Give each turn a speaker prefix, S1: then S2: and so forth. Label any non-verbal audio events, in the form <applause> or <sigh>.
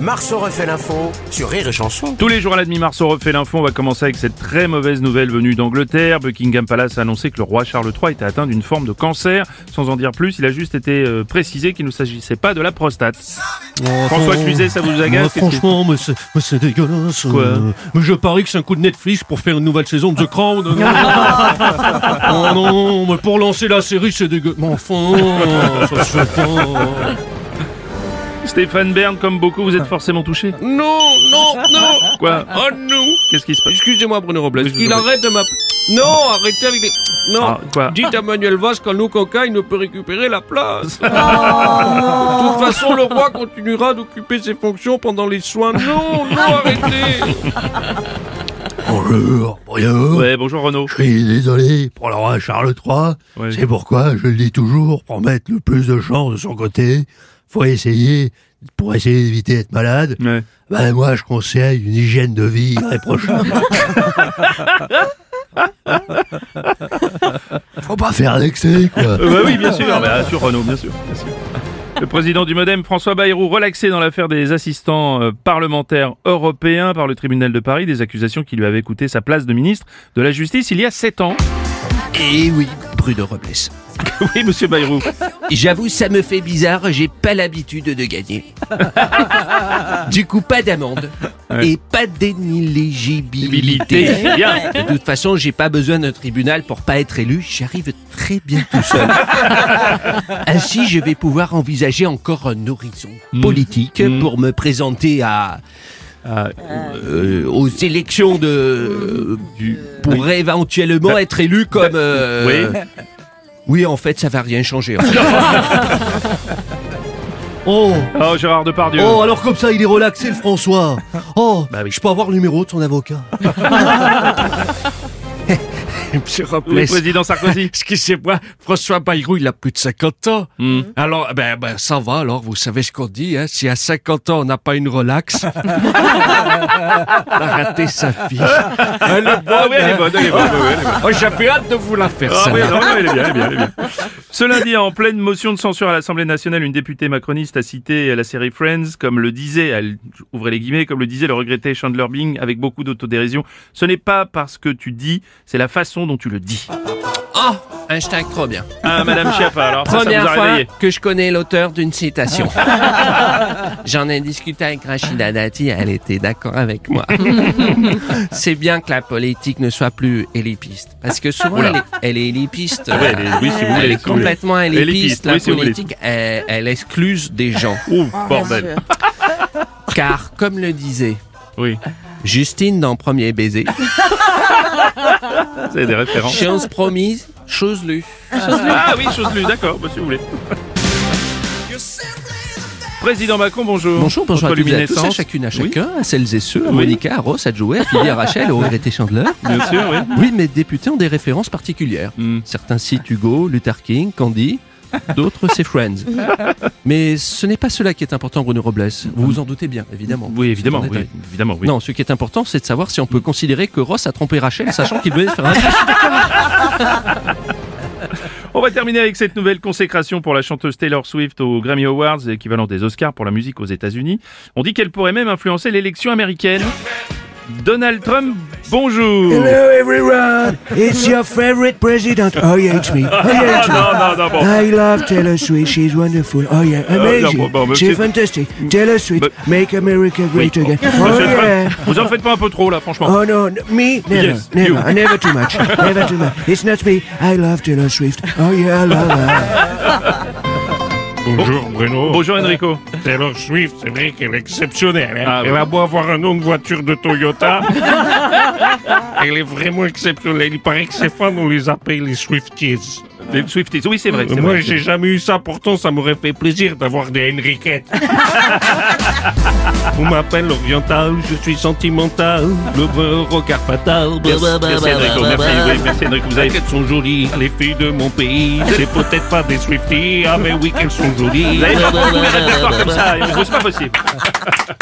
S1: Marceau refait l'info sur Rire et Chanson.
S2: Tous les jours à la demi-mars, on refait l'info. On va commencer avec cette très mauvaise nouvelle venue d'Angleterre. Buckingham Palace a annoncé que le roi Charles III était atteint d'une forme de cancer. Sans en dire plus, il a juste été euh, précisé qu'il ne s'agissait pas de la prostate. François
S3: Oh.
S2: Cluzet, ça vous
S4: Moi,
S2: agace Qu'est-ce que-
S4: Euh, Franchement, mais c'est- mais c'est dégueulasse.
S2: Quoi
S4: Euh, Mais je parie que c'est un coup de Netflix pour faire une nouvelle saison de The Crown. Non, non, non. Oh non, mais pour lancer la série, c'est dégueulasse. Mais enfin, ça se fait pas.
S2: Stéphane Bern, comme beaucoup, vous êtes forcément touché.
S5: Non, non, non
S2: Quoi
S3: Ah.
S5: Oh non
S2: Qu'est-ce qui se passe
S5: Excusez-moi Bruno Robles,
S2: Oui, je vous
S5: qu'il
S2: en prie.
S5: arrête de m'appeler. Non, arrêtez avec les... Non
S2: Ah, quoi
S5: Dites à Manuel Valls qu'en nous cocaille, ne peut récupérer la place. de toute façon, le roi continuera d'occuper ses fonctions pendant les soins. Non, non, arrêtez
S6: Bonjour, bonjour.
S2: Ouais, bonjour Renaud.
S6: Je suis désolé pour le roi Charles III.
S2: Ouais.
S6: C'est pourquoi je le dis toujours, pour mettre le plus de chance de son côté, faut essayer, pour essayer d'éviter d'être malade.
S2: Ouais.
S6: Ben moi, je conseille une hygiène de vie irréprochable.
S2: <laughs>
S6: faut pas faire l'excès, quoi.
S2: Euh, bah oui, <laughs> bien sûr. Bah, assure, Renaud, bien sûr, bien sûr. Le président du Modem, François Bayrou, relaxé dans l'affaire des assistants euh, parlementaires européens par le tribunal de Paris, des accusations qui lui avaient coûté sa place de ministre de la Justice il y a sept ans.
S3: Eh oui, Bruno Robles.
S2: <laughs> Oui, monsieur Bayrou.
S3: J'avoue, ça me fait bizarre, j'ai pas l'habitude de gagner. du coup, pas d'amende et pas
S2: Habilité.
S3: d'inéligibilité.
S2: C'est bien.
S3: De toute façon, j'ai pas besoin d'un tribunal pour pas être élu, j'arrive très bien tout
S6: <laughs>
S3: seul. Ainsi, je vais pouvoir envisager encore un horizon
S6: Mm.
S3: politique pour me présenter à
S2: Ah,
S3: euh, aux élections de
S2: du-
S3: pour éventuellement être élu comme euh,
S2: Oui.
S3: oui, en fait, ça va rien changer. en fait.
S6: Oh,
S2: Oh, Gérard Depardieu.
S6: oh, alors comme ça, il est relaxé, le François. Oh,
S2: Bah oui.
S6: je peux avoir le numéro de son
S3: <laughs>
S6: avocat. <laughs>
S5: Monsieur Robles,
S2: Oui, président Sarkozy.
S5: excusez-moi, François Bayrou, il a plus de 50 ans.
S2: Hmm.
S5: Alors, ben, ben, ça va, alors, vous savez ce qu'on dit, hein. Si à 50 ans, on n'a pas une
S2: <laughs>
S5: relax, on a raté sa vie. Elle est
S2: Ah
S5: bonne,
S2: oui, elle est
S5: hein.
S2: bonne, elle est bonne, oui, oui, elle est bonne.
S5: Oh, J'avais hâte de vous la faire,
S2: Ah oui,
S5: celle-là.
S2: non, non, elle est bien, elle est bien, elle est bien. <laughs> Ce lundi, en pleine motion de censure à l'Assemblée nationale, une députée macroniste a cité la série Friends, comme le disait, elle ouvrait les guillemets, comme le disait le regretté Chandler Bing avec beaucoup d'autodérision. Ce n'est pas parce que tu dis, c'est la façon dont tu le dis.
S3: Ah, Einstein, trop bien.
S2: Ah, Madame Schiappa, alors ça, ça
S3: Première
S2: vous a
S3: fois
S2: réveillé.
S3: que je connais l'auteur
S2: <laughs>
S3: d'une citation. J'en ai discuté avec Rachida Dati, elle était d'accord
S2: <laughs>
S3: avec moi. C'est bien que la politique ne soit plus élitiste. Parce que souvent, elle est, elle est élitiste.
S2: Ah ouais, elle est- oui, si vous voulez,
S3: Elle est
S2: si vous voulez.
S3: complètement
S2: Élitiste,
S3: élitiste. La
S2: oui, si vous voulez.
S3: politique, elle, elle excluse
S2: <laughs>
S3: des gens.
S2: Ouh, bordel.
S3: Car, comme le disait
S2: Oui,
S3: Justine dans Premier Baiser,
S2: c'est des références.
S3: chose promise, chose lue.
S2: Ah oui, chose lue, d'accord, bah, si vous voulez. Président Macron, bonjour.
S3: Bonjour, bonjour à
S2: Votre
S3: toutes et à tous, à
S2: luminescence.
S3: chacune, à
S2: Oui,
S3: chacun, à celles et ceux, à
S2: Oui.
S3: Monica, à Ross, à Joey, à Philippe, à
S2: <laughs>
S3: Rachel, au regretté Chandler.
S2: Bien sûr, oui.
S3: Oui, mais députés ont des références particulières.
S2: Hmm.
S3: Certains citent Hugo, Luther King, Candy, d'autres c'est Friends. Mais ce n'est pas cela qui est important, Bruno Robles. Vous vous en doutez bien, évidemment.
S2: Oui, évidemment,
S3: C'est en
S2: oui,
S3: détail.
S2: évidemment, oui.
S3: Non, ce qui est important, c'est de savoir si on peut considérer que Ross a trompé Rachel, sachant qu'il devait faire un...
S2: On va terminer avec cette nouvelle consécration pour la chanteuse Taylor Swift aux Grammy Awards, équivalent des Oscars pour la musique aux États-Unis. On dit qu'elle pourrait même influencer l'élection américaine. Donald Trump, bonjour.
S6: Hello everyone, it's your favorite president. Oh yeah,
S2: <laughs>
S6: it's me. Oh yeah, it's me.
S2: Ah, non, non, non, bon.
S6: I love Taylor Swift. She's wonderful. Oh yeah, amazing.
S2: bon, bon, monsieur-
S6: She's fantastic. Taylor Swift,
S2: But-
S6: make America great again. Oh
S2: Monsieur
S6: yeah.
S2: Trump, vous en faites pas un peu trop là, franchement.
S6: Oh no, n- me never,
S2: Yes,
S6: never,
S2: you.
S6: Uh, never too much, never
S2: <laughs>
S6: too much. It's not me. I love Taylor Swift. Oh yeah, I love her.
S7: Bonjour Bruno.
S2: Bonjour Enrico.
S7: Taylor Swift, c'est vrai qu'elle est exceptionnelle. hein.
S2: Ah,
S7: elle
S2: ouais.
S7: a beau avoir un nom de voiture de Toyota.
S2: <laughs>
S7: elle est vraiment exceptionnelle. Il paraît que ses fans, on les appelle les Swifties.
S2: Les Swifties, oui c'est vrai. c'est
S7: Moi,
S2: vrai.
S7: j'ai jamais eu ça. Pourtant, ça m'aurait fait plaisir d'avoir des
S2: <laughs>
S7: Henriquettes. On m'appelle l'oriental, je suis sentimental, le brun rocard fatal.
S2: Merci Enrico, merci, oui, merci Enrico, vous avez
S7: Elles sont jolies, les filles de mon pays. C'est peut-être pas des Swifties, ah mais oui qu'elles sont jolies.
S2: Ah, vous avez pas beaucoup de répertoires comme ça, et c'est pas possible.